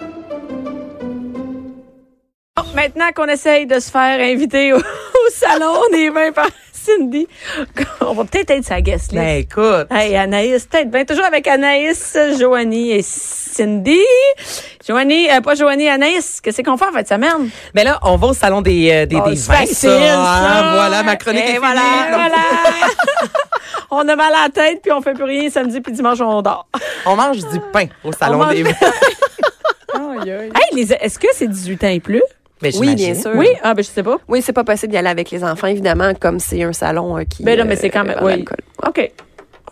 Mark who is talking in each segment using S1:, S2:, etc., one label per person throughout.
S1: Bon, maintenant qu'on essaye de se faire inviter au, au salon des vins par Cindy, on va peut-être être sa guest list.
S2: Ben écoute,
S1: Hey Anaïs, peut-être bien toujours avec Anaïs, Joanie et Cindy. Joanie, euh, pas Joanie, Anaïs, qu'est-ce qu'on fait en fin de semaine?
S2: ben là, on va au salon des, euh, des,
S1: Oh,
S2: des
S1: c'est
S2: vins,
S1: facile,
S2: ça, hein.
S1: ça.
S2: Voilà, ma chronique
S1: Et
S2: est
S1: voilà,
S2: finie.
S1: voilà. on a mal à la tête, puis on fait plus rien samedi, puis dimanche, on dort.
S2: On mange du pain au salon
S1: On mange-
S2: des vins.
S1: Hey, les- est-ce que c'est 18 ans et plus?
S2: Ben,
S3: Oui,
S2: j'imagine.
S3: bien sûr.
S1: Oui, ah, ben je sais pas.
S3: Oui, c'est pas possible d'y aller avec les enfants, évidemment, comme c'est un salon euh, qui.
S1: Ben non,
S3: euh,
S1: mais c'est quand même.
S3: vend de
S1: Oui.
S3: l'alcool.
S1: OK.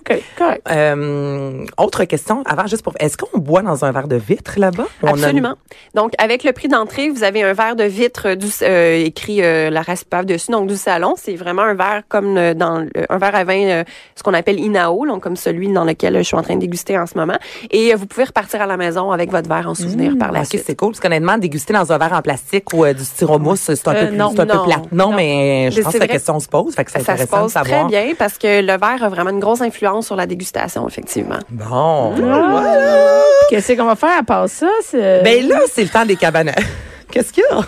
S1: OK, correct.
S2: Euh, autre question, avant, juste pour... Est-ce qu'on boit dans un verre de vitre là-bas? On a-
S3: Absolument. Donc, avec le prix d'entrée, vous avez un verre de vitre euh, du, euh, écrit euh, la race pave dessus, donc du salon. C'est vraiment un verre comme euh, dans le- un verre à vin, euh, ce qu'on appelle inao, donc comme celui dans lequel euh, je suis en train de déguster en ce moment. Et euh, vous pouvez repartir à la maison avec votre verre en souvenir par la
S1: Mmh,
S2: Parce que
S3: suite.
S2: Ah, c'est cool, parce qu'honnêtement, déguster dans un verre en plastique ou euh, du styromousse, c'est un
S1: Euh,
S2: peu plus,
S1: non,
S2: c'est un peu
S3: non,
S2: plat. Non, mais euh, je
S3: Mais
S2: pense
S3: c'est
S2: que la
S3: vrai
S2: question se pose, fait que c'est
S3: Ça se
S2: intéressant de
S3: passe
S2: savoir.
S3: très bien parce que le verre a vraiment une grosse influence sur la dégustation, effectivement.
S2: Bon,
S1: Voilà. Qu'est-ce qu'on va faire à part ça? c'est-
S2: ben là, c'est le temps des cabanes. Qu'est-ce qu'il y a?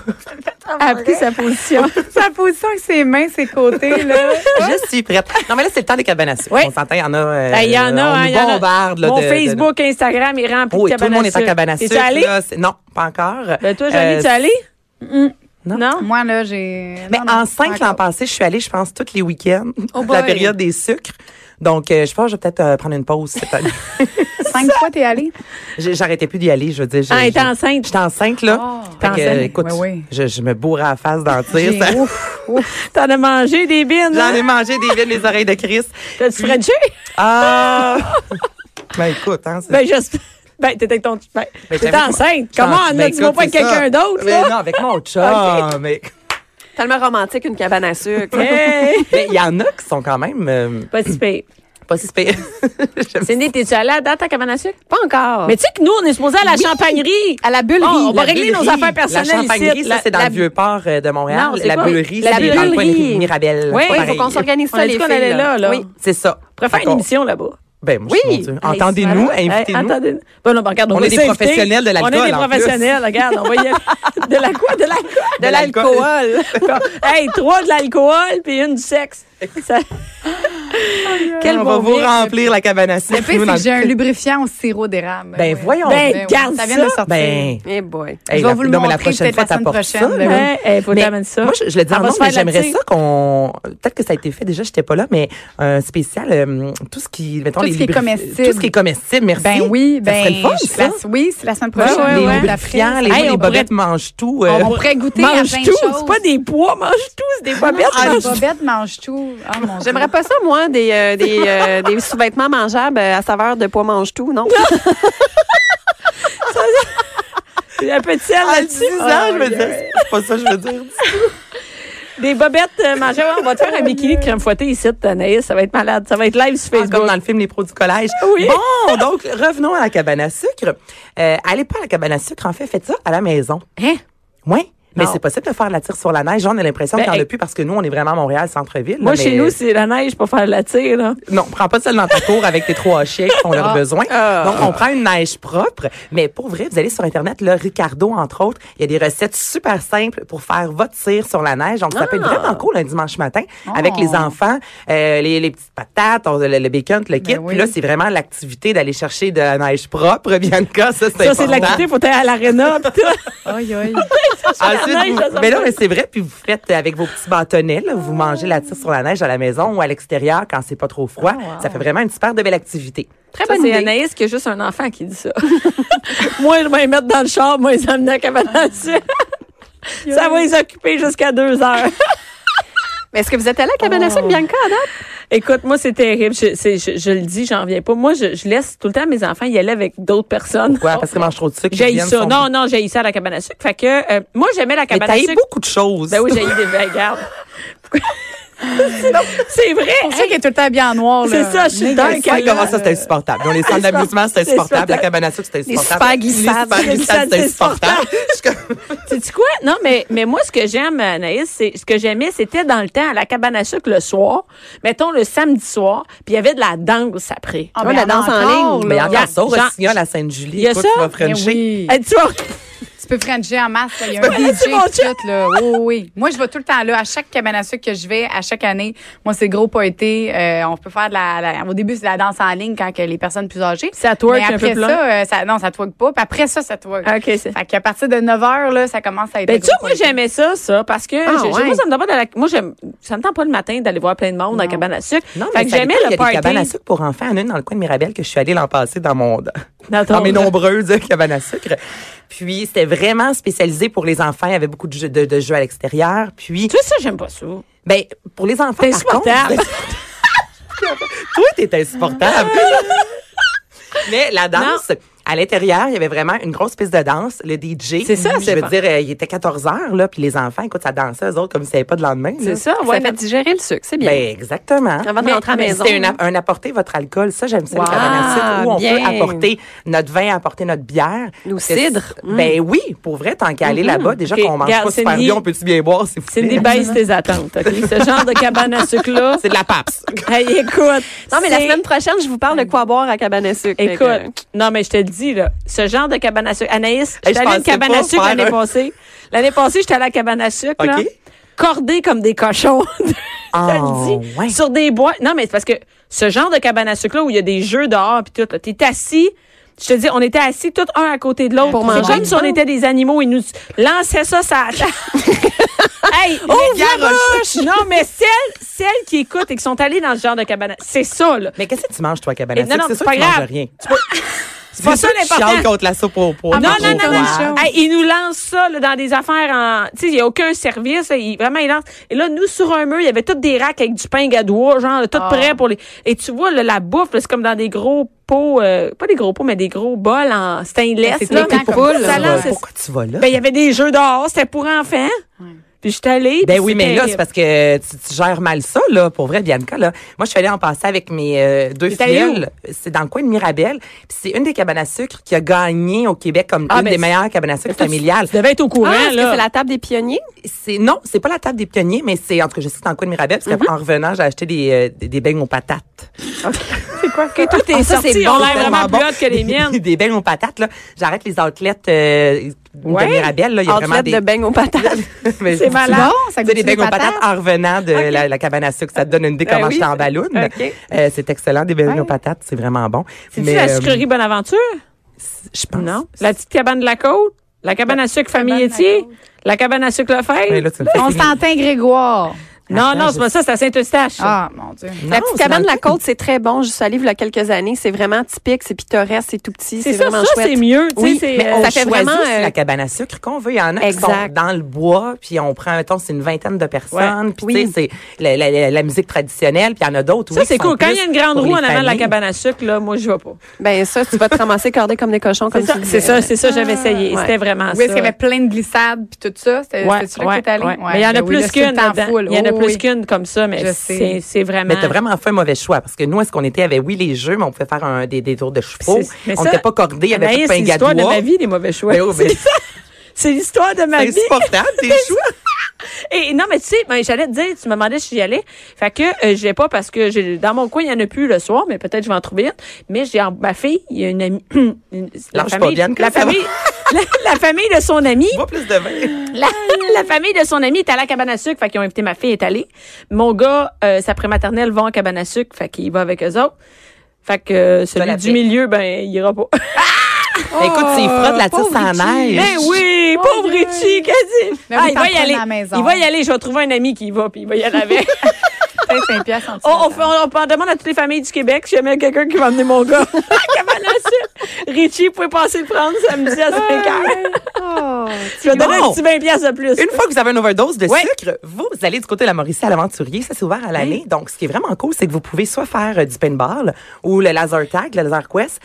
S1: Elle a pris sa position.
S4: Ah, Sa position avec ses mains, ses côtés, là.
S2: Je suis prête. Non, mais là, c'est le temps des cabanes à sucre.
S1: Oui.
S2: On s'entend, il y en a. euh,
S1: Ben, Il y en a,
S2: on
S1: hein,
S2: nous
S1: il y en a.
S2: bombarde, là,
S1: Mon
S2: de- de-
S1: Facebook, Instagram est rempli
S2: Oui,
S1: de
S2: tout le
S1: cabane
S2: monde est en cabane à
S1: T'es-tu
S2: sucre.
S1: allée?
S2: là, c'est- non, pas encore.
S1: Ben, toi, Jolie,
S2: Euh,
S1: tu es allée?
S2: non.
S1: Non?
S4: Moi, là, j'ai.
S2: Mais
S4: non, non,
S2: en cinq
S4: pas
S2: l'an
S4: encore.
S2: passé, je suis allée, je pense, tous les week-ends
S3: Oh
S2: pour la
S3: boy.
S2: période des sucres. Donc, euh, je pense que je vais peut-être euh, prendre une pause cette année.
S4: Cinq fois, t'es allée?
S2: J'ai- J'arrêtais plus d'y aller, je veux dire. j'ai-
S1: Ah, elle est
S2: j'ai-
S1: enceinte. Ah.
S2: J'étais enceinte, là.
S4: Oh.
S2: Fait que,
S1: T'es
S2: euh,
S1: enceinte.
S2: écoute,
S4: Oui, oui.
S2: Je, je me bourre à la face dans le tir.
S4: J'ai-
S2: ça-
S4: Ouf, ouf.
S1: T'en as mangé des bines?
S2: J'en ai
S1: hein?
S2: mangé des vides, les oreilles de Chris.
S1: T'as-tu
S2: Puis-
S1: frenché?
S2: Ah! ben, écoute, hein, c'est-
S1: Ben, j'espère. Ben, t'étais avec ton. Ben,
S2: Ben,
S1: t'étais
S2: j'avais-
S1: enceinte.
S2: J'en-
S1: Comment, Anna?
S2: ben,
S1: Tu vas
S2: écoute,
S1: pas avec
S2: c'est ça.
S1: quelqu'un d'autre,
S2: Mais
S1: là?
S2: non, avec mon chum. Mais
S3: Tellement romantique, une cabane à sucre.
S1: Hey!
S2: mais il y en a qui sont quand même euh,
S1: Pas si pire.
S2: pas si spé- J'aime ça.
S1: Cindy, t'es-tu allée à date à cabane à sucre?
S3: Pas encore.
S1: Mais tu sais que nous, on est supposés à la champagnerie.
S4: À la bulle.
S1: Bon, on va
S2: Ah. La
S1: régler nos
S2: Bullerie,
S1: affaires personnelles
S2: La champagnerie,
S1: ici.
S2: ça, c'est dans
S1: La-
S2: le vieux port euh, de Montréal.
S1: Non, c'est
S2: la
S1: pas-
S2: bullerie,
S1: la
S2: c'est dans le coin de
S1: Bullerie.
S2: Mirabel.
S1: Oui, il
S2: C'est
S3: Il faut
S2: pareil.
S3: qu'on s'organise
S1: On a
S3: ça,
S1: dit
S3: les
S1: qu'on
S3: filles.
S1: allait là, là.
S3: Oui.
S2: C'est ça.
S1: On pourrait faire une
S2: Fait qu'on-
S1: émission là-bas.
S2: Ben, moi,
S3: Oui.
S2: mon Dieu. Entendez-nous,
S1: Hey,
S2: invitez-nous.
S1: entendez-nous. Ben, non, ben, regarde, on,
S2: On
S1: va
S2: est des
S1: s'inviter.
S2: professionnels de l'alcool,
S1: On est des
S2: en plus.
S1: professionnels, regarde. On va y aller. De la quoi? De la quoi?
S2: De l'alcool.
S1: Bon, hey, trois de l'alcool puis une du sexe. Ça- Quel
S2: on
S1: bon
S2: va vous
S1: mix.
S2: remplir la cabane à sucre.
S4: Le pire,
S2: nous,
S4: c'est
S2: dans
S4: que j'ai un
S2: le-
S4: lubrifiant au sirop d'érable.
S2: Ben,
S4: Oui.
S2: voyons.
S1: Ben,
S4: oui,
S1: garde
S4: ça. vient
S1: ça.
S4: de sortir.
S2: Ben,
S3: Eh boy.
S2: hey,
S4: je
S2: la-
S4: vais vous le
S2: non, mais la
S4: montrer
S2: prochaine
S4: peut-être
S2: fois,
S4: la semaine
S2: t'apportes ça,
S4: prochaine.
S2: là.
S4: Ben oui.
S1: hein? Hey, hey, faut
S2: Mais
S1: t'amener ça.
S2: Moi, je, je le dis
S1: On
S2: en
S1: va
S2: nom,
S1: se
S2: mais
S1: faire de la
S2: j'aimerais
S1: tire.
S2: ça qu'on. Peut-être que ça a été fait déjà, j'étais pas là, mais un spécial, euh, tout ce qui. Mettons,
S4: Tout
S2: les
S4: ce qui est
S2: lubri-
S4: comestible.
S2: Tout ce qui est comestible, merci.
S4: Ben oui, ben.
S2: Ça serait le fun,
S4: je-
S2: ça.
S4: la- oui, c'est la semaine
S1: Ouais,
S4: prochaine.
S1: ouais, ouais.
S2: les
S4: la
S2: lubrifiants, les,
S1: Hey,
S2: les
S1: on pourrait-
S2: bobettes mangent tout. euh,
S4: On pourrait goûter à
S1: mange
S4: plein de
S1: tout.
S4: choses.
S1: C'est pas des pois. Mange tout. C'est des bobettes.
S4: Ah, les
S1: mange tout.
S4: bobettes mangent tout. Oh mon Dieu.
S3: J'aimerais pas ça, moi, des, euh, des, euh, des sous-vêtements mangeables euh, à saveur de pois mange-tout, non?
S1: Un peu de sel
S2: à 10
S1: là-dessus. Ah.
S2: ans, je
S1: Oh,
S2: veux dire. C'est pas ça que je veux dire.
S1: Des bobettes euh, mangeables. On va te faire un bikini de crème fouettée ici, Anaïs. Ça va être malade. Ça va être live sur
S2: Comme
S1: Facebook.
S2: dans le film Les pros du collège.
S1: Oui.
S2: Bon, donc, revenons à la cabane à sucre. Euh, allez pas à la cabane à sucre. En fait, faites ça à la maison.
S1: Hein?
S2: Oui. Mais
S1: Non.
S2: c'est possible de faire de la tire sur la neige. Genre, On a l'impression
S1: Ben,
S2: qu'il n'y en
S1: hey.
S2: a plus parce que nous, on est vraiment à Montréal, centre-ville.
S1: Moi,
S2: là,
S1: chez
S2: mais-
S1: nous, c'est la neige pour faire la tire, là.
S2: Non, prends pas ça dans ta cour avec tes trois chiens qui font
S1: Ah.
S2: leurs besoins. Donc, on prend une neige propre. Mais pour vrai, vous allez sur Internet, là, Ricardo, entre autres, il y a des recettes super simples pour faire votre tir sur la neige. Donc, ça peut être
S1: Ah.
S2: vraiment cool un dimanche matin avec les
S1: Oh.
S2: enfants, euh, les, les petites patates, on- le, le bacon, le kit.
S4: Ben oui.
S2: Puis là, c'est vraiment l'activité d'aller chercher de la neige propre, Bianca. Ça, c'est
S1: Ça, c'est de
S2: important.
S1: l'activité. Faut aller à l'arena. pis tout.
S4: Aïe, aïe.
S2: Ensuite,
S1: neige,
S2: vous-
S1: ça sent
S2: mais non,
S1: pas.
S2: mais c'est vrai. Puis vous faites avec vos petits bâtonnets, là, vous mangez la tire sur la neige à la maison ou à l'extérieur quand c'est pas trop froid.
S1: Ah,
S2: Ça fait vraiment une super de belle activité.
S3: Très
S1: Ça,
S3: bonne
S1: c'est
S3: idée.
S1: Anaïs qui a juste un enfant qui dit ça. moi, je vais les mettre dans le char, moi, les emmener à cabane à sucre. Ça va les occuper jusqu'à deux heures. Oh,
S3: Mais est-ce que vous êtes allée à la cabane à sucre, Bianca, à date?
S1: Écoute, moi, c'est terrible. Je, c'est- je- je le dis, j'en viens pas. Moi, je, je laisse tout le temps mes enfants y aller avec d'autres personnes.
S2: Pourquoi? Parce qu'ils mangent trop de sucre. ils
S1: J'ai
S2: deviennent
S1: ça.
S2: son-
S1: Non, non, j'ai ça à la cabane à sucre. Fait que, euh, moi, j'aimais la
S2: Mais
S1: cabane à
S2: t'as eu
S1: sucre.
S2: beaucoup de choses.
S1: Ben oui, j'ai eu des ben, regarde. c'est vrai.
S4: C'est pour ça qu'il est tout le temps bien en noir.
S1: C'est
S4: là.
S1: ça, je suis
S4: Mais-
S1: dingue.
S2: Les cinq comment ça, c'était insupportable. Dans les centres d'amusement, c'était insupportable. La cabane à sucre, c'était
S3: Les
S2: insupportable.
S3: super glissades.
S2: Les super glissades, c'était
S1: Les
S2: insupportable. Je suis comme-
S1: Tu dis quoi? Non, mais, mais moi, ce que j'aime, Anaïs, c'est, ce que j'aimais, c'était dans le temps, à la cabane à sucre le soir, mettons le samedi soir, puis il y avait de la danse après.
S4: Ah,
S3: Ouais,
S4: mais
S3: la
S4: en
S3: danse en
S4: encore,
S3: ligne.
S4: là.
S2: Mais
S1: y a-
S2: encore ça, au
S1: Jean-
S2: Rossignol à Sainte-Julie.
S1: Il y a
S2: toi,
S1: ça? Ben
S2: Tu vas
S4: Mais
S2: frencher.
S4: oui.
S1: Hey, tu vois,
S4: Tu peux frencher en masse. là. Il y a un
S1: aller
S4: DJ
S1: sur mon
S4: tout, là. Oui, oui, oui. Moi, je vais tout le temps là. À chaque cabane à sucre que je vais, à chaque année, moi, c'est gros poété. Euh, on peut faire de la, la- Au début, c'est de la danse en ligne quand que les personnes plus âgées.
S1: Ça twerk
S4: Mais
S1: un peu
S4: après
S1: plus long.
S4: ça, euh, ça, non, ça twerk pas. Puis après ça, ça twerk.
S1: Ah, OK, c'est-
S4: Fait qu'à partir de 9 h, là, ça commence à être.
S1: Ben, tu vois,
S4: gros
S1: moi,
S4: poété.
S1: j'aimais ça, ça, parce que,
S3: Ah,
S1: je- je-
S3: ouais.
S1: moi, ça me tente pas d'aller- moi, j'aime, ça me tente pas le matin d'aller voir plein de monde dans la cabane à sucre.
S2: Non,
S1: fait
S2: mais
S1: que
S2: ça
S1: j'aimais
S2: dépend.
S1: le
S2: Il y a des
S1: party.
S2: cabanes à sucre pour enfants. Il y en a une dans le coin de Mirabel que je suis allée l'an passé dans mon
S1: Dans
S2: dans,
S1: ton-
S2: mes nombreuses cabanes à sucre. Puis c'était vraiment spécialisé pour les enfants. Il y avait beaucoup de jeux, de, de jeux à l'extérieur. Puis
S1: Tu vois, ça, j'aime pas ça.
S2: ben pour les enfants
S1: T'es
S2: par contre,
S1: insupportable.
S2: toi t'es insupportable. Mais la danse. À l'intérieur, il y avait vraiment une grosse piste de danse, le DJ.
S1: C'est ça,
S2: Je
S1: c'est
S2: veux
S1: pas-
S2: dire, euh, il était 14 heures, là, puis les enfants, écoute, ça dansait, eux autres, comme s'ils savaient pas de lendemain. là.
S1: C'est ça, ouais.
S3: Ça fait digérer le sucre, c'est bien.
S2: Ben, exactement.
S3: Avant de
S2: Mais-
S3: rentrer à la
S2: mais
S3: maison,
S2: C'était une
S3: là.
S2: app- un apporter votre alcool. Ça, j'aime ça,
S3: Wow,
S2: les cabanes à sucre, où on
S3: bien.
S2: peut apporter notre vin, apporter notre bière.
S3: Nos
S2: Parce que-
S3: cidres.
S2: Ben oui, pour vrai, tant qu'à aller là-bas, déjà
S1: Mm. Mm-hmm. Ok,
S2: qu'on mange
S1: regarde,
S2: pas super
S1: Cindy-
S2: bien, on peut-tu bien boire, s'il vous
S1: C'est
S2: plaît?
S1: des baisses tes attentes, OK? Ce genre de cabane à sucre-là.
S2: C'est de la papse.
S1: Hey, écoute.
S3: non, mais
S1: c'est-
S3: la
S1: Mm.
S3: semaine prochaine, je vous parle de quoi boire à cabane à sucre. Fait que-
S1: Écoute, non, mais je te le dis, là, ce genre de cabane à sucre. Anaïs, j'étais
S2: Hey,
S1: allée
S2: je
S1: à une
S2: pensais
S1: cabane
S2: pas
S1: à sucre
S2: faire
S1: l'année
S2: un-
S1: passée. L'année passée, j'étais allée à la cabane à sucre, là,
S2: OK.
S1: cordée comme des cochons. je te le
S2: Oh,
S1: dis.
S2: ouais.
S1: Sur des bois. Non, mais c'est parce que ce genre de cabane à sucre-là où il y a des jeux dehors puis tout, là, t'es assis. Je te dis, on était assis tous un à côté de l'autre.
S3: Pour
S1: C'est
S3: manger.
S1: comme si on était des animaux. Ils nous lançaient ça, ça. hey, ouvre la
S2: garoche.
S1: bouche! Non, mais celles, celles qui écoutent et qui sont allées dans ce genre de cabane, à- c'est ça, là.
S2: Mais qu'est-ce que tu manges, toi, cabane à
S1: Et Eh, non, non,
S2: sucre? C'est
S1: c'est
S2: sûr
S1: pas
S2: que tu manges
S1: grave.
S2: rien. C'est
S1: pas ça
S2: sûr que tu
S1: l'important.
S2: chiales contre la soupe au poids.
S1: Non,
S4: Ah,
S1: non, non, non.
S4: Wow.
S1: Hey, ils nous lancent ça là, dans des affaires en. Tu sais, il n'y a aucun service. là, ils- vraiment, ils lancent. Et là, nous, sur un mur, il y avait toutes des racks avec du pain gadois, genre, là, tout
S2: Ah.
S1: prêt pour les. Et tu vois, là, la bouffe, là, c'est comme dans des gros pots, euh, pas des gros pots, mais des gros bols en stainless.
S4: C'est
S1: là.
S4: tout le temps
S1: Pour-
S4: comme
S1: ça
S4: ça.
S1: lance-
S2: Pourquoi tu vas là?
S1: Ben, il y avait des jeux dehors, c'était pour enfants. Puis je suis allée.
S2: Ben
S1: puis
S2: oui, mais là,
S1: terrible.
S2: c'est parce que tu, tu gères mal ça, là, pour vrai, Bianca, là. Moi, je suis allée en passer avec mes euh, deux
S1: T'es allée
S2: filles. C'est dans le coin de Mirabel. Puis c'est une des cabanes à sucre qui a gagné au Québec comme
S1: Ah,
S2: une
S1: ben,
S2: des
S1: c'est-
S2: meilleures cabanes à sucre familiales.
S1: Tu devais être au courant,
S3: Ah, est-ce que
S1: là.
S3: c'est la table des pionniers?
S2: C'est, non, c'est pas la table des pionniers, mais c'est, en tout cas, je sais que c'est dans le coin de Mirabel, parce
S1: Mm-hmm.
S2: qu'en revenant, j'ai acheté des, euh, des, des beignes aux patates.
S1: C'est quoi que tout est
S2: Ah, ça,
S1: sorti?
S2: c'est
S1: on
S2: bon,
S1: a l'air
S2: c'est
S1: vraiment
S2: tellement
S1: plus
S2: bon.
S1: hot que les
S2: Des-
S1: miennes.
S2: Des, beignes aux patates, là. J'arrête les athlètes euh,
S1: Ouais.
S2: de Mirabel, là. Il y a vraiment
S3: Athlète
S2: des...
S3: de beignes aux patates.
S2: Mais
S1: C'est
S2: je dis
S1: malade.
S2: bon,
S4: Bon,
S2: tu
S4: ça goûte
S2: sais, des
S4: les
S2: beignes aux
S4: patates.
S2: patates en revenant de la, la cabane à sucre. Ça te donne une idée
S3: Ben
S2: comment
S3: oui,
S2: j'étais en
S3: c'est-
S2: ballon.
S3: OK.
S2: Euh, c'est excellent, des beignes aux patates. C'est vraiment bon.
S1: C'est-tu la
S2: euh,
S1: sucrerie Bonaventure?
S2: je pense.
S1: Non. La petite cabane de la côte? La cabane à sucre famille
S4: cabane de la
S1: Étier? La cabane à sucre
S2: Mais
S1: Lefebvre?
S2: là, tu me fais rire.
S4: Constantin Grégoire.
S1: Non,
S2: Attends,
S1: non, c'est
S2: je-
S1: pas ça, c'est à Saint-Eustache. ça.
S4: Ah, mon Dieu.
S3: La
S2: Non,
S3: petite
S2: c'est
S3: cabane de
S2: dans
S3: la
S2: le-
S3: côte, c'est très bon. Je suis allée il y a quelques années. C'est vraiment typique, c'est pittoresque, c'est tout petit,
S1: c'est
S3: c'est
S1: ça, ça
S3: vraiment chouette.
S1: c'est mieux. tu sais,
S2: Oui,
S1: c'est,
S2: mais
S1: euh,
S2: on
S3: ça fait
S2: choisit
S3: vraiment,
S2: aussi
S3: euh,
S2: la cabane à sucre qu'on veut. Il y en a qui sont
S3: Exact.
S2: dans le bois, puis on prend, mettons, c'est une vingtaine de personnes. Puis,
S3: Oui.
S2: tu sais, c'est la, la- la- la musique traditionnelle, puis il y en a d'autres.
S1: ça,
S2: oui,
S1: c'est
S2: qui sont
S1: cool. Quand il y a
S2: plus
S1: une grande
S2: pour
S1: roue en
S2: les
S1: avant de la
S2: familles.
S1: cabane à sucre, là, moi, je vais pas.
S3: Ben ça, tu vas te ramasser cordé comme des cochons, comme
S1: C'est ça,
S3: tu
S1: c'est
S3: disais.
S1: ça, c'est ça, j'avais essayé.
S3: Ouais.
S1: C'était vraiment
S4: Oui,
S1: Ah, ça.
S4: est-ce qu'il y avait plein de glissades puis tout ça? C'était
S1: Ouais,
S4: c'était-tu là
S1: ouais,
S4: que t'es allé? Ben
S1: ouais. Mais il y en a plus qu'une. là-dedans. Il y en a plus
S4: qu'une.
S1: qu'une comme ça, mais
S4: Je
S1: c'est
S4: sais.
S1: c'est vraiment.
S2: Mais t'as vraiment fait un mauvais choix parce que nous, est-ce qu'on était avec oui les jeux, mais on pouvait faire un, des, des tours de chevaux.
S1: C'est- mais
S2: On
S1: ça,
S2: n'était pas cordés, il y avait
S1: Anaïs,
S2: pas de
S1: C'est l'histoire de
S2: pingadois.
S1: ma vie, les mauvais choix.
S2: Ben oui, ben-
S1: C'est ça. C'est l'histoire de ma
S2: C'est
S1: vie.
S2: insupportable, tes choix.
S1: Et non, mais tu sais, ben, j'allais te dire, tu me demandais si j'y allais. Fait que euh, je vais pas parce que j'ai dans mon coin, il y en a plus le soir, mais peut-être je vais en trouver une. Mais j'ai en- ma fille, il y a une amie. une- la
S2: Lâche pas,
S1: famille.
S2: Bianca,
S1: la
S2: ça va.
S1: famille. La, la famille de son ami,
S2: Bois plus de vin.
S1: la, la famille de son ami est à la cabane à sucre, fait qu'ils ont invité ma fille est allée. Mon gars, euh, sa prématernelle va en cabane à sucre, fait qu'il va avec eux autres. Fait que euh, celui
S2: la
S1: du
S2: paix.
S1: milieu, ben, il ira pas. Oh,
S2: Ben, écoute, c'est frotte la tire
S4: pauvre
S2: sans
S4: Richie.
S2: neige.
S1: Ben oui,
S4: Mon
S1: pauvre
S4: Dieu.
S1: Richie, quasi.
S4: Mais
S1: Ah, il
S4: oui,
S1: va y
S4: t'en prends
S1: aller.
S4: dans la maison.
S1: Il va y aller. Je vais trouver un ami qui y va, puis il va y aller avec.
S4: 35 piastres en
S1: On, Oh, on, fait- on- on demande à toutes les familles du Québec si jamais il y a quelqu'un qui va amener mon gars. Comment la suite? Richie, vous pouvez passer le prendre samedi à 5 h Je vais donner un
S2: bon.
S1: petit 20 piastres de plus.
S2: Une fois que vous avez une overdose de
S1: Ouais.
S2: sucre, vous allez du côté de la Mauricie à l'aventurier. Ça, c'est ouvert à l'année. Donc, ce qui est vraiment cool, c'est que vous pouvez soit faire euh, du paintball ou le laser tag, le laser quest.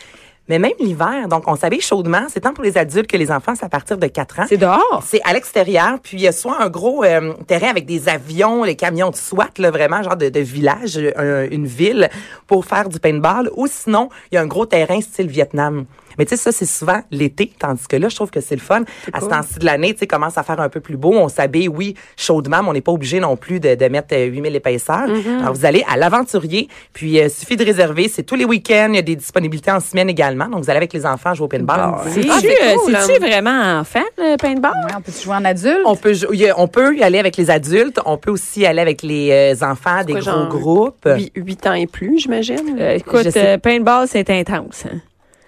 S2: Mais même l'hiver, donc on s'habille chaudement. C'est tant pour les adultes que les enfants, c'est à partir de 4 ans.
S1: C'est dehors.
S2: C'est à l'extérieur, puis il y a soit un gros euh, terrain avec des avions, les camions de SWAT, là, vraiment, genre de, de village, euh, un- une ville, pour faire du paintball, ou sinon, il y a un gros terrain style Vietnam. Mais tu sais, ça, c'est souvent l'été, tandis que là, je trouve que c'est le fun. À ce temps-ci de l'année, tu sais, commence à faire un peu plus beau. On s'habille, oui, chaudement, mais on n'est pas obligé non plus de, de mettre euh, 8000 épaisseurs. Alors, vous allez à l'aventurier, puis euh, suffit de réserver. C'est tous les week-ends. Il y a des disponibilités en semaine également. Donc, vous allez avec les enfants jouer au paintball.
S1: C'est-tu
S3: Ah, c'est
S1: euh,
S3: cool,
S1: c'est-tu
S3: hein.
S1: vraiment enfant, le paintball?
S4: Ouais, on peut jouer en adulte?
S2: On peut, jou- y- on peut y aller avec les adultes, on peut aussi y aller avec les euh, enfants, des
S3: quoi,
S2: gros
S3: genre,
S2: groupes.
S3: 8, ans et plus, j'imagine.
S1: Euh,
S2: Je
S1: écoute,
S2: sais.
S1: euh, paintball, c'est intense. hein.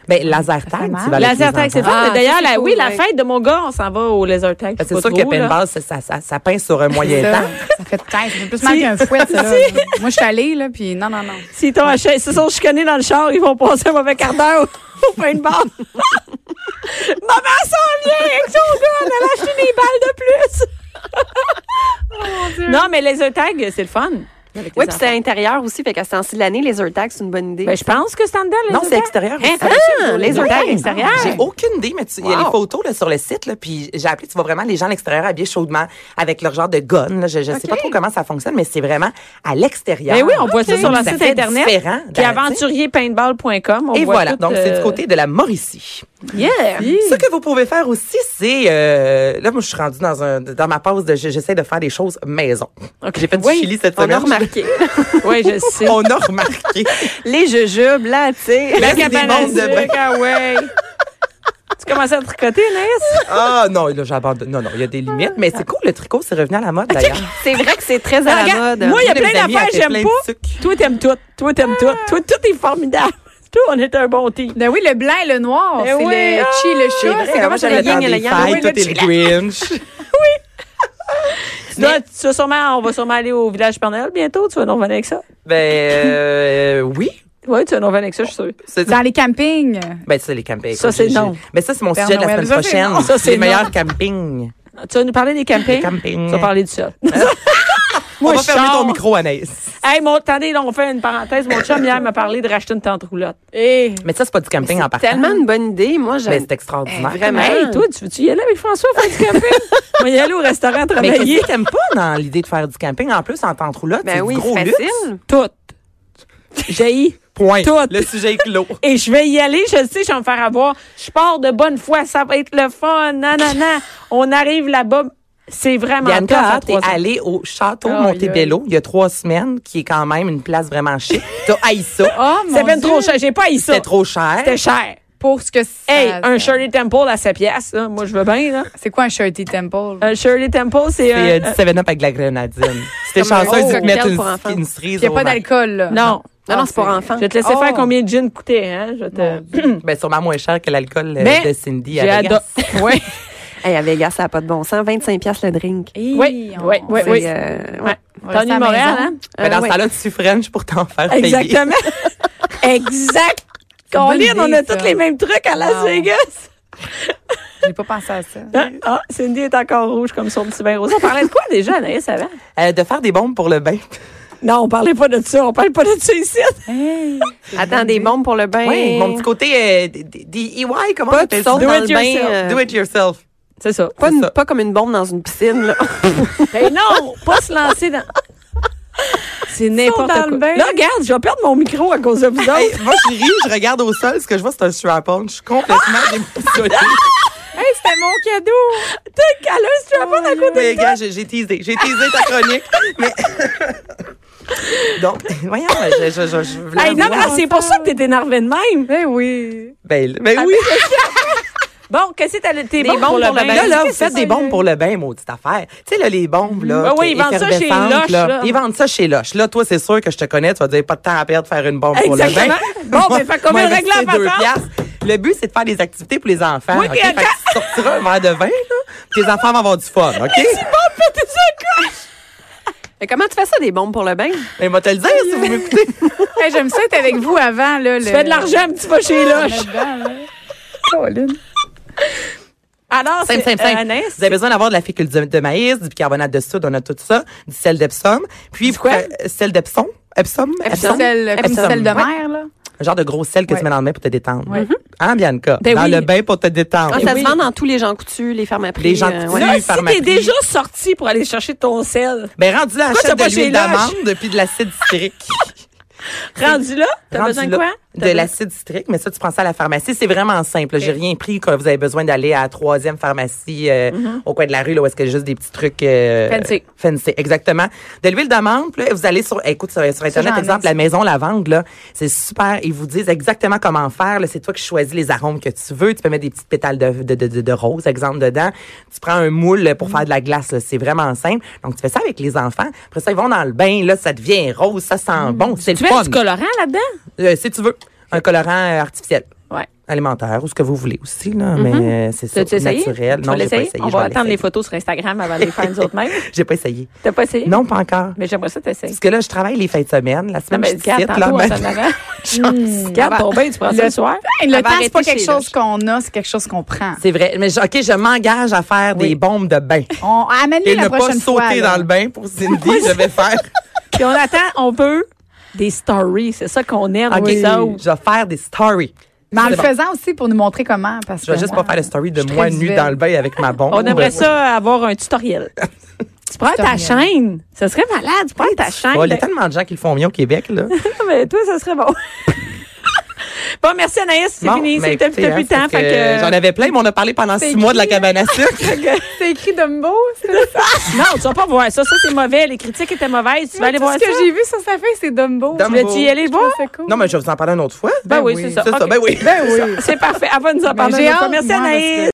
S2: Ben, laser
S4: Ça fait
S2: tag,
S4: mal.
S2: tu vas avec
S1: Laser
S2: les
S1: tag, c'est
S2: enfants.
S1: fun.
S3: Ah,
S1: D'ailleurs,
S3: ça, c'est
S1: la- oui,
S3: cool,
S1: la
S3: ouais.
S1: fête de mon gars, on s'en va au laser tag.
S2: Ben,
S1: je
S2: C'est
S1: sais pas
S2: sûr que
S1: trop, là.
S2: paintball, ça, ça, ça, ça pince sur un moyen
S4: ça,
S2: temps.
S4: ça fait tête. Ça fait plus mal qu'un fouet, ça. là. Moi, je suis allée, là, puis non, non, non.
S1: S'ils t'ont acheté- se sont chicanés dans le char, ils vont passer un mauvais quart d'heure au, au paintball. Maman s'en vient avec son gars, elle a acheté des balles de plus. Non, mais les tags, c'est le fun. Ben, Avec les
S3: Oui, puis c'est à
S1: enfants.
S3: l'intérieur aussi, fait qu'à ce temps-ci de l'année, les AirTags, c'est une bonne idée.
S1: Ben, je pense que c'est en dedans, les
S2: Non,
S1: laser
S2: c'est
S1: tags.
S2: extérieur.
S1: Hein?
S2: aussi.
S3: Ah, les
S2: Ouais.
S3: AirTags extérieurs.
S2: J'ai aucune idée, mais tu- il y a les photos là, sur le site, là, puis j'ai appelé, tu vois vraiment les gens à l'extérieur habillés chaudement avec leur genre de gun. là. Je ne sais pas trop comment ça fonctionne, mais c'est vraiment à l'extérieur.
S1: Ben oui, on voit ça
S2: Donc,
S1: sur leur site
S2: fait
S1: internet.
S2: différent
S1: Puis
S2: dans-
S1: aventurierpaintball.com. on
S2: Et
S1: voit
S2: voilà,
S1: tout,
S2: donc c'est
S1: euh,
S2: du côté de la Mauricie.
S1: Yeah.
S2: Ce que vous pouvez faire aussi, c'est euh, là, moi, je suis rendue dans un dans ma pause de je- j'essaie de faire des choses maison.
S1: Ok.
S2: J'ai fait du
S1: Oui,
S2: chili cette
S3: On
S2: semaine.
S3: a remarqué.
S1: Oui, je sais.
S2: On a remarqué.
S3: les jujubes, là, tu sais.
S2: Là, c'est des
S1: cabane à
S2: mondes de
S1: sucre, ah ouais. Tu commences à tricoter, Naïs?
S2: Ah non, là j'abandonne. Non non, il y a des limites, mais c'est cool le tricot, c'est revenu à la mode d'ailleurs.
S3: C'est vrai que c'est très à la
S1: Regarde,
S3: mode.
S1: moi, il y a
S2: Une de mes
S1: plein
S2: amies
S1: d'affaires
S2: a
S1: que
S2: fait plein
S1: j'aime
S2: de
S1: pas.
S2: sucres.
S1: Toi, t'aimes tout. Toi, t'aimes tout. Toi, tout est formidable. Toi, on est un bon team.
S4: Ben oui, le blanc et le noir,
S1: Eh
S4: c'est
S1: oui,
S4: le
S1: ah,
S4: chi, le chou.
S2: vrai,
S4: C'est
S2: avant,
S4: comment ça
S2: j'avais
S4: le
S2: le temps
S4: yin et le
S2: des
S4: yang.
S2: fêtes,
S4: Oui, le
S2: tout est le Grinch.
S1: Là, tu vas sûrement, on va sûrement aller au village Père Noël bientôt. Tu vas nous revenir avec ça.
S2: Ben euh, oui,
S1: Oui, tu vas nous revenir avec ça, je suis sûre.
S2: c'est
S4: Dans les campings.
S2: ben ça les campings.
S1: Ça, c'est
S2: J'ai- j'ai-
S1: non.
S2: Mais ça c'est mon
S4: Père
S2: sujet de la
S4: Noël,
S2: semaine
S4: ça, c'est non.
S2: prochaine.
S1: Ça, c'est
S2: les
S1: non.
S2: meilleurs campings.
S1: Ah, Tu vas nous parler des campings.
S2: Les campings.
S1: Tu vas parler du sol.
S2: On va
S1: je
S2: fermer
S1: sors.
S2: ton micro Anaïs.
S1: hey, mon, attendez, là, on fait une parenthèse. Mon chum, hier, m'a parlé de racheter une tente roulotte. Hey.
S2: Mais ça c'est pas du camping en partant.
S3: Tellement une bonne idée. Moi,
S2: Mais
S3: j'aime.
S2: c'est extraordinaire.
S3: Vraiment.
S1: Ben, Hey, toi, tu veux-tu y aller avec François faire du camping? On va y aller au restaurant
S2: Ah, Mais qu'est-ce
S1: travailler.
S2: que t'aimes pas dans l'idée de faire du camping? En plus, en tente roulotte, c'est du
S3: Ben oui,
S2: gros
S3: facile.
S2: luxe.
S1: Tout. J'ai
S2: Point.
S1: Tout.
S2: Le sujet est clos.
S1: et je vais y aller. Je le sais, je vais me faire avoir. Je pars de bonne foi. Ça va être le fun. Non, non, non. On arrive là-bas. C'est vraiment tough à
S2: Bianca, t'es
S1: trois ans.
S2: allée au château
S1: Aïe,
S2: Montebello il y a trois semaines, qui est quand même une place vraiment chic. T'as haï ça.
S4: Oh, mon
S1: C'est bien
S4: Dieu.
S1: trop cher. J'ai pas haï ça.
S2: C'était trop cher.
S1: C'était cher.
S4: Pour ce que c'est.
S1: Hey, un Shirley Temple à 7 piastres. là. Moi, je veux bien. Là.
S4: C'est quoi un shirty temple?
S1: Un Shirley Temple, c'est un...
S2: C'est euh, du 7-up avec de la grenadine. C'était
S3: Comme un
S2: chanceuse
S3: gros
S2: de te mettre
S3: cocktail
S2: une,
S3: pour enfants.
S2: une cerise
S4: Il n'y a
S2: au
S4: pas
S2: vin.
S4: d'alcool, là.
S1: euh, non.
S3: Non, non, c'est pour enfants.
S1: Ah, Je vais te laisser
S4: Oh.
S1: faire combien de gin coûtait. Hein? Je vais te...
S2: Ben, sûrement moins cher que l'alcool euh,
S1: Mais
S2: de Cindy
S1: J'ai
S2: à Vegas.
S1: ado- Ouais.
S3: Hey, à Vegas, ça n'a pas de bon sens. 25 pièces le drink.
S1: Oui,
S4: on-
S1: oui, oui,
S3: C'est,
S1: oui.
S3: euh, ouais.
S1: Ouais.
S4: on va
S1: T'as
S4: rester à
S1: de
S4: la
S1: Montréal,
S4: maison.
S1: hein?
S2: Mais Ben, dans
S3: Ah,
S2: ce
S3: ouais.
S2: temps-là, tu French pour t'en faire payer.
S1: Exactement. exact.
S4: une bonne
S1: Colin, on a
S4: idée, ça.
S1: tous les mêmes trucs à Las
S4: Wow.
S1: Vegas.
S4: J'ai pas pensé à ça.
S1: Hein? Ah, Cindy est encore rouge comme son petit bain rose. On parlait de quoi déjà, Anaïs, avant?
S2: Euh, de faire des bombes pour le bain.
S1: Non, on parlait pas de ça. On parle pas de ça ici.
S3: Attends, des bombes pour le bain.
S2: Oui, mon petit côté euh, des- des des EY, comment on
S3: Ben, Pas de
S2: appelle ça?
S3: saut
S1: Do
S3: dans
S1: it
S3: le bain.
S1: yourself.
S3: euh,
S2: Do it yourself.
S1: C'est ça.
S3: Pas, une-
S2: ça.
S3: pas comme une bombe dans une piscine. là.
S1: Ben non, pas se lancer dans. C'est n'importe
S3: dans
S1: quoi.
S3: le bain.
S1: Là, regarde, je vais perdre mon micro à cause de vous
S2: Hey,
S1: autres.
S2: moi, je ris, je regarde au sol. Ce que je vois, c'est un strap-on. Je suis complètement déboussolée.
S4: Hey, c'était mon cadeau!
S1: T'es calme, tu vas pas à côté
S2: Mais
S1: de toi.
S2: gars, j'ai j'ai teasé. J'ai teasé ta chronique. Mais... Donc, voyons, je, je, je, je voulais
S1: Hey, non,
S2: avoir-
S1: mais ah, c'est pour ça que t'es énervé de même.
S4: Ben oui.
S2: Ben, ben oui.
S1: Bon, qu'est-ce que t'as- t'es bon
S3: bombes
S1: pour le
S3: pour le
S1: bain?
S3: bain.
S2: Ben, Là, là,
S1: Qu'est-ce
S2: vous
S1: Ben, que
S2: faites
S1: c'est
S2: des
S1: ça?
S2: bombes pour le bain, maudite affaire. Tu sais, là, les bombes, là.
S1: Ben oui,
S2: qui-
S1: ils vendent ça chez
S2: effervescentes,
S1: Loche, là.
S2: Ils vendent ça chez Loche. Là, toi, c'est sûr que je te connais. Tu vas dire, pas de temps à perdre, faire une bombe pour le bain.
S1: Exactement. Bon, ben, fait combien de
S2: Moi,
S1: règles à
S2: investir deux
S1: faire?
S2: piastres. Le but, c'est de faire des activités pour les enfants.
S1: Oui,
S2: OK?
S1: puis
S2: Fait que
S1: attends.
S2: tu sortiras un verre de vin, là. puis les enfants vont avoir du fun, OK?
S1: Bon, pétez ça, quoi?
S3: Mais comment tu fais ça, des bombes pour le bain?
S2: Mais moi, te le dire si vous m'écoutez.
S4: Hey, J'aime ça être avec vous avant. Là,
S1: Tu fais de l'argent, petit pas chez Loche. Alors,
S2: Simple,
S1: c'est
S2: simple, simple.
S1: euh, Anaïs,
S2: Vous avez besoin d'avoir de la fécule de, de maïs, du bicarbonate de soude, on a tout ça, du sel d'Epsom. Puis,
S1: quoi?
S2: euh, sel d'Epsom. Epsom? Epsom?
S4: Celle, comme
S2: Epsom.
S4: celle de
S2: Ouais.
S4: mer, là.
S2: Un genre de gros sel que
S4: Ouais.
S2: tu mets dans le bain pour te détendre.
S4: Ouais.
S2: Hein, Bianca?
S1: Ben
S2: dans
S1: oui.
S2: le bain pour te détendre. Ben
S3: Ah, ça
S1: oui.
S3: se vend dans tous les gens coutus, les pharmacies. euh,
S2: Les gens coutus.
S1: là,
S2: Oui,
S1: si
S2: par ma
S1: t'es
S2: prix.
S1: déjà sorti pour aller chercher ton sel,
S2: Ben, rendu là,
S1: Pourquoi t'as
S2: achète de
S1: pas chez
S2: l'huile
S1: Loche?
S2: d'amande puis de l'acide citrique.
S1: rendu là, t'as
S2: Rendu
S1: besoin de
S2: là,
S1: quoi? T'as
S2: De l'acide citrique, mais ça, tu prends ça à la pharmacie. C'est vraiment simple. J'ai rien pris quand vous avez besoin d'aller à la troisième pharmacie euh,
S1: Mm-hmm.
S2: au coin de la rue, là, où est-ce qu'il y a juste des petits trucs... euh,
S4: Fancy.
S2: Fancy, exactement. De l'huile d'amande, puis là, vous allez sur... eh, Écoute, sur, sur Internet,
S4: j'en ai,
S2: exemple,
S4: ça.
S2: la maison Lavande, là, c'est super. Ils vous disent exactement comment faire. là. C'est toi qui choisis les arômes que tu veux. Tu peux mettre des petites pétales de, de, de, de- de rose, exemple, dedans. Tu prends un moule
S1: Mm-hmm.
S2: pour faire de la glace. là. C'est vraiment simple. Donc, tu fais ça avec les enfants. Après ça, ils vont dans le bain. Là, ça devient rose. Ça sent bon. C'est
S1: Mm. Tu
S2: le
S1: mets
S2: fun.
S1: du colorant là-dedans?
S2: Euh, si tu veux, un colorant euh, artificiel.
S4: Ouais.
S2: Alimentaire ou ce que vous voulez aussi, là. Mais euh, c'est ça,
S1: Mm-hmm. T'as-tu essayé?
S2: naturel.
S1: Tu
S2: non,
S1: vas
S2: j'ai pas
S1: l'essayer?
S2: essayé.
S1: On
S2: je
S1: va
S2: vais
S1: attendre
S2: l'essayer.
S1: les photos sur Instagram avant de les faire nous autres mêmes.
S2: J'ai pas essayé.
S1: T'as pas essayé?
S2: Non, pas encore.
S1: Mais j'aimerais ça t'essayer.
S2: Parce que là, je travaille les fins de semaine. La
S1: Non,
S2: semaine,
S1: mais
S2: je
S1: le
S2: suis ici,
S1: garde
S2: là,
S1: tantôt, en
S2: mais-
S1: s'en allant.
S2: Chance.
S1: Garde ton bain, tu prends ça le soir.
S4: Hey, le
S3: Elle va
S4: temps, c'est pas
S3: arrêter
S4: quelque
S3: chez
S4: chose
S3: Lush.
S4: qu'on a, c'est quelque chose qu'on prend.
S2: C'est vrai. Mais je- OK, je m'engage à faire des bombes de bain.
S4: On amène-le
S2: Et
S4: la
S2: ne pas
S4: prochaine
S2: sauter
S4: fois. là.
S2: dans le bain pour Cindy, je vais faire.
S1: Puis on attend, on veut des stories. C'est ça qu'on aime,
S2: OK,
S1: les autres.
S2: je vais faire des stories.
S4: Mais en
S2: C'est
S4: le
S2: bon.
S4: faisant aussi pour nous montrer comment. Parce
S2: Je vais
S4: que
S2: juste
S4: moi,
S2: pas faire de story de
S4: je suis
S2: moi
S4: très
S2: nue
S4: visuelle.
S2: dans le bain avec ma bombe.
S1: On aimerait ça avoir un tutoriel. tu prends ta
S4: Tutoriel.
S1: chaîne. Ça serait malade. Tu prends ta chaîne.
S2: Oh, il y a tellement de gens qui le font mieux au Québec, là.
S1: mais toi, ça serait bon. bon, merci Anaïs. C'est
S2: Bon,
S1: fini.
S2: ben,
S1: C'est t'as-
S2: écoutez,
S1: t'as
S2: hein,
S1: plus de
S2: c'est
S1: temps.
S2: que
S1: Fait que...
S2: J'en avais plein, mais on a parlé pendant six mois de la cabane à sucre.
S4: C'est écrit Dumbo. C'est
S1: Non, tu vas pas voir ça. Ça, c'est mauvais. Les critiques étaient mauvaises. Tu vas aller
S4: tout
S1: voir
S4: ce
S1: ça.
S4: que j'ai vu sur sa feuille, c'est Dumbo.
S2: Dumbo.
S1: Voulais-tu y aller le voir?
S4: C'est cool.
S2: Non, mais je vais vous en parler une autre fois.
S1: Ben oui, c'est ça.
S2: C'est ça,
S1: OK.
S2: ben oui.
S4: Ben oui.
S1: C'est parfait. Avant de nous en
S4: Ben,
S1: parler,
S4: j'ai
S1: une fois.
S4: hâte,
S1: merci
S4: moi, parce
S1: Anaïs.
S4: que-